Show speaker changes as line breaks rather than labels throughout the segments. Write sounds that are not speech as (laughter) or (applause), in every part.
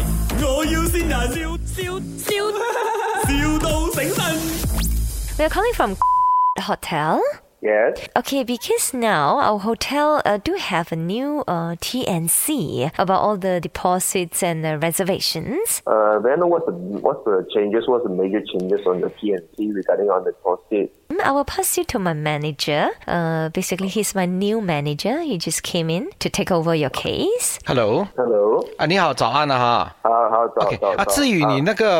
我要先人，笑笑笑，,笑到醒神。
We are calling from (laughs) hotel.
Yes.
Okay, because now our hotel uh, do have a new uh, TNC about all the deposits and uh, reservations.
Uh, may I know what's the what's the changes? What's the major changes on the PNC regarding on the deposit?
Mm, I will pass you to my manager. Uh, basically, he's my new manager. He just came in to take over your case.
Hello，
Hello.
啊，你好，早安了哈。
好好找
OK，
找
啊，
找
至于你
啊
那个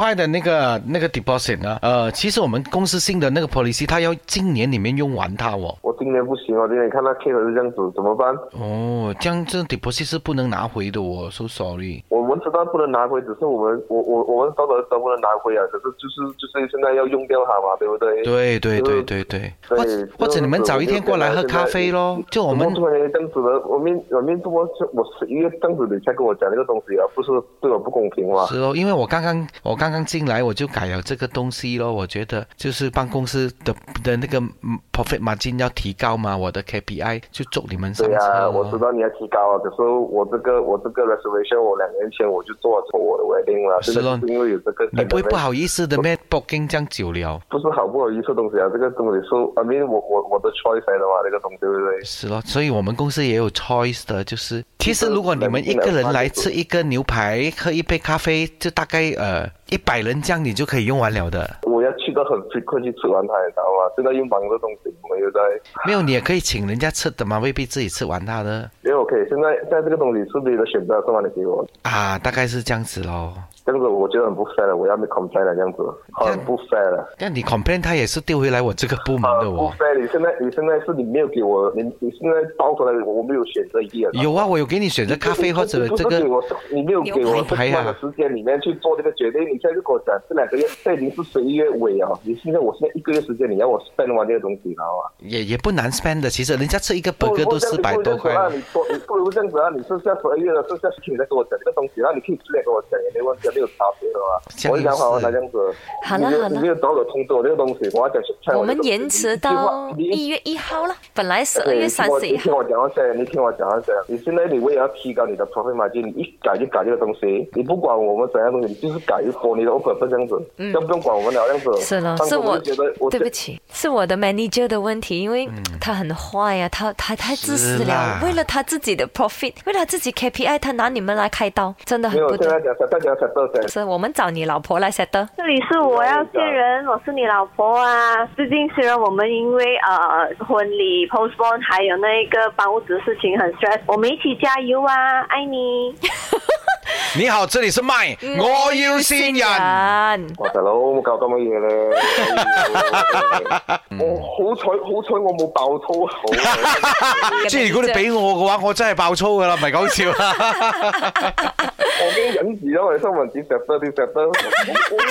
块的那个那个 deposit 呢，呃，其实我们公司新的那个 policy，它要今年里面用完它哦。
我今年不行哦，今年看到 K 是这样子，怎么办？
哦，这样这 deposit 是不能拿回的哦，so sorry。
我们知道不能拿回，只是我们我我我们到的都不能拿回啊，可是就是就是现在要用掉它嘛，对不对？
对对
就
对
是
对对，
对
或者或者你们早一天过来喝咖啡咯，就我们
怎么突然这样子的，我们我们怎么是我十一月这样子，你才跟我讲这个东西啊？不是对我不公平吗？
是哦，因为我刚刚我刚刚进来我就改了这个东西咯，我觉得就是办公室的的那个嗯 profit margin 要提高嘛，我的 KPI 就祝你们上
对
车
呀、
咯。
我知道你要提高啊，可是我这个我这个 reservation 我两年前我就做了我的 wedding 了，
是
现在
咯
就是因为有这个，
你不会不，好意思的咩？booking 这样久了，
不是好不好意思的东西啊，这个东西是 I mean 我我我的 choice 来的嘛，这个东西对不对？
是咯，所以我们公司也有 choice 的，就是其实如果你们一个人来吃一个牛排，喝一杯咖啡，就大概呃一百人这样你就可以用完了的。
我要去到很 frequent 去吃完它，你知道吗？现在又忙这东西，我又在，
没有，你也可以请人家吃的嘛，未必自己吃完它的
因为 OK，现在现在这个东西是你的选择，是吧？你给我
啊，大概是这样子咯。
这样子，我觉得很不 fair 了，我要被 complain 了，这样子很不 fair 了。
但你 complain 他也是丢回来我这个部门
啊，
的
不
哦。
fair！你现在你现在是你没有给我，你你现在倒出来，我我没有选择一啊。
有啊，我有给你选择咖啡或者这
你不是给
个，
我你没有给我这么的时间里面去做这个决定，你现在就跟我讲这两个月，这已经是十一月尾啊，你现在我现在一个月时间，你要我 spend 完这个东西，你知道吗？
也也不难 spend 的。其实人家吃一个 burger 都四百
不如
多
这样子
块
啊
了。
你说你不如这样子啊，你剩下十二月了，剩下十天再跟我讲这个东西，然后你可以直接跟我讲，也没问题，啊没有差别的嘛。我就想好，那这样子，你没有找我通知我这个东西，我要讲
我们延迟到一月一号了，本来十二月三十一
你听
号。
我讲一下，你听我讲一下。你现在你为了要提高你的 profit margin，你一改就改这个东西，你不管我们怎样东西，你就是改就播你的 offer 这样子，要不用管我们了这样子。
是了，
但
是
我
我
就觉得我
对不起，是我的 manager 的问题，因为他很坏呀、啊，他他太自私
嗯是
了
啦，
为了他自己的 profit，为了他自己 KPI，他拿你们来开刀，真的
没
很
有啊
不
现在
对。
讲大家才多少钱？
是我们找你老婆来 set 的。
这里是我要见人，我是你老婆啊。最近虽然我们因为呃婚礼 postpone，还有那个搬屋子的事情很 stress，我们一起加油啊，爱你。
你好，这里是麦，我要先人。 (laughs)
人。
我大佬冇搞咁嘅嘢咧，我好彩好彩我冇爆粗口。
即係如果你俾我嘅話，我真係爆粗噶啦，唔係講笑啊
我已經忍住咗，我哋新聞紙石得啲石得，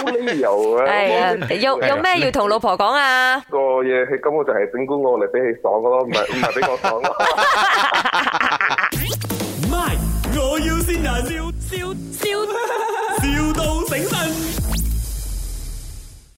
冇理由啊！
哎呀，有有咩要同老婆講啊？
個嘢，佢根本就係整蠱我嚟俾佢爽嘅咯，唔係唔係俾我爽咯。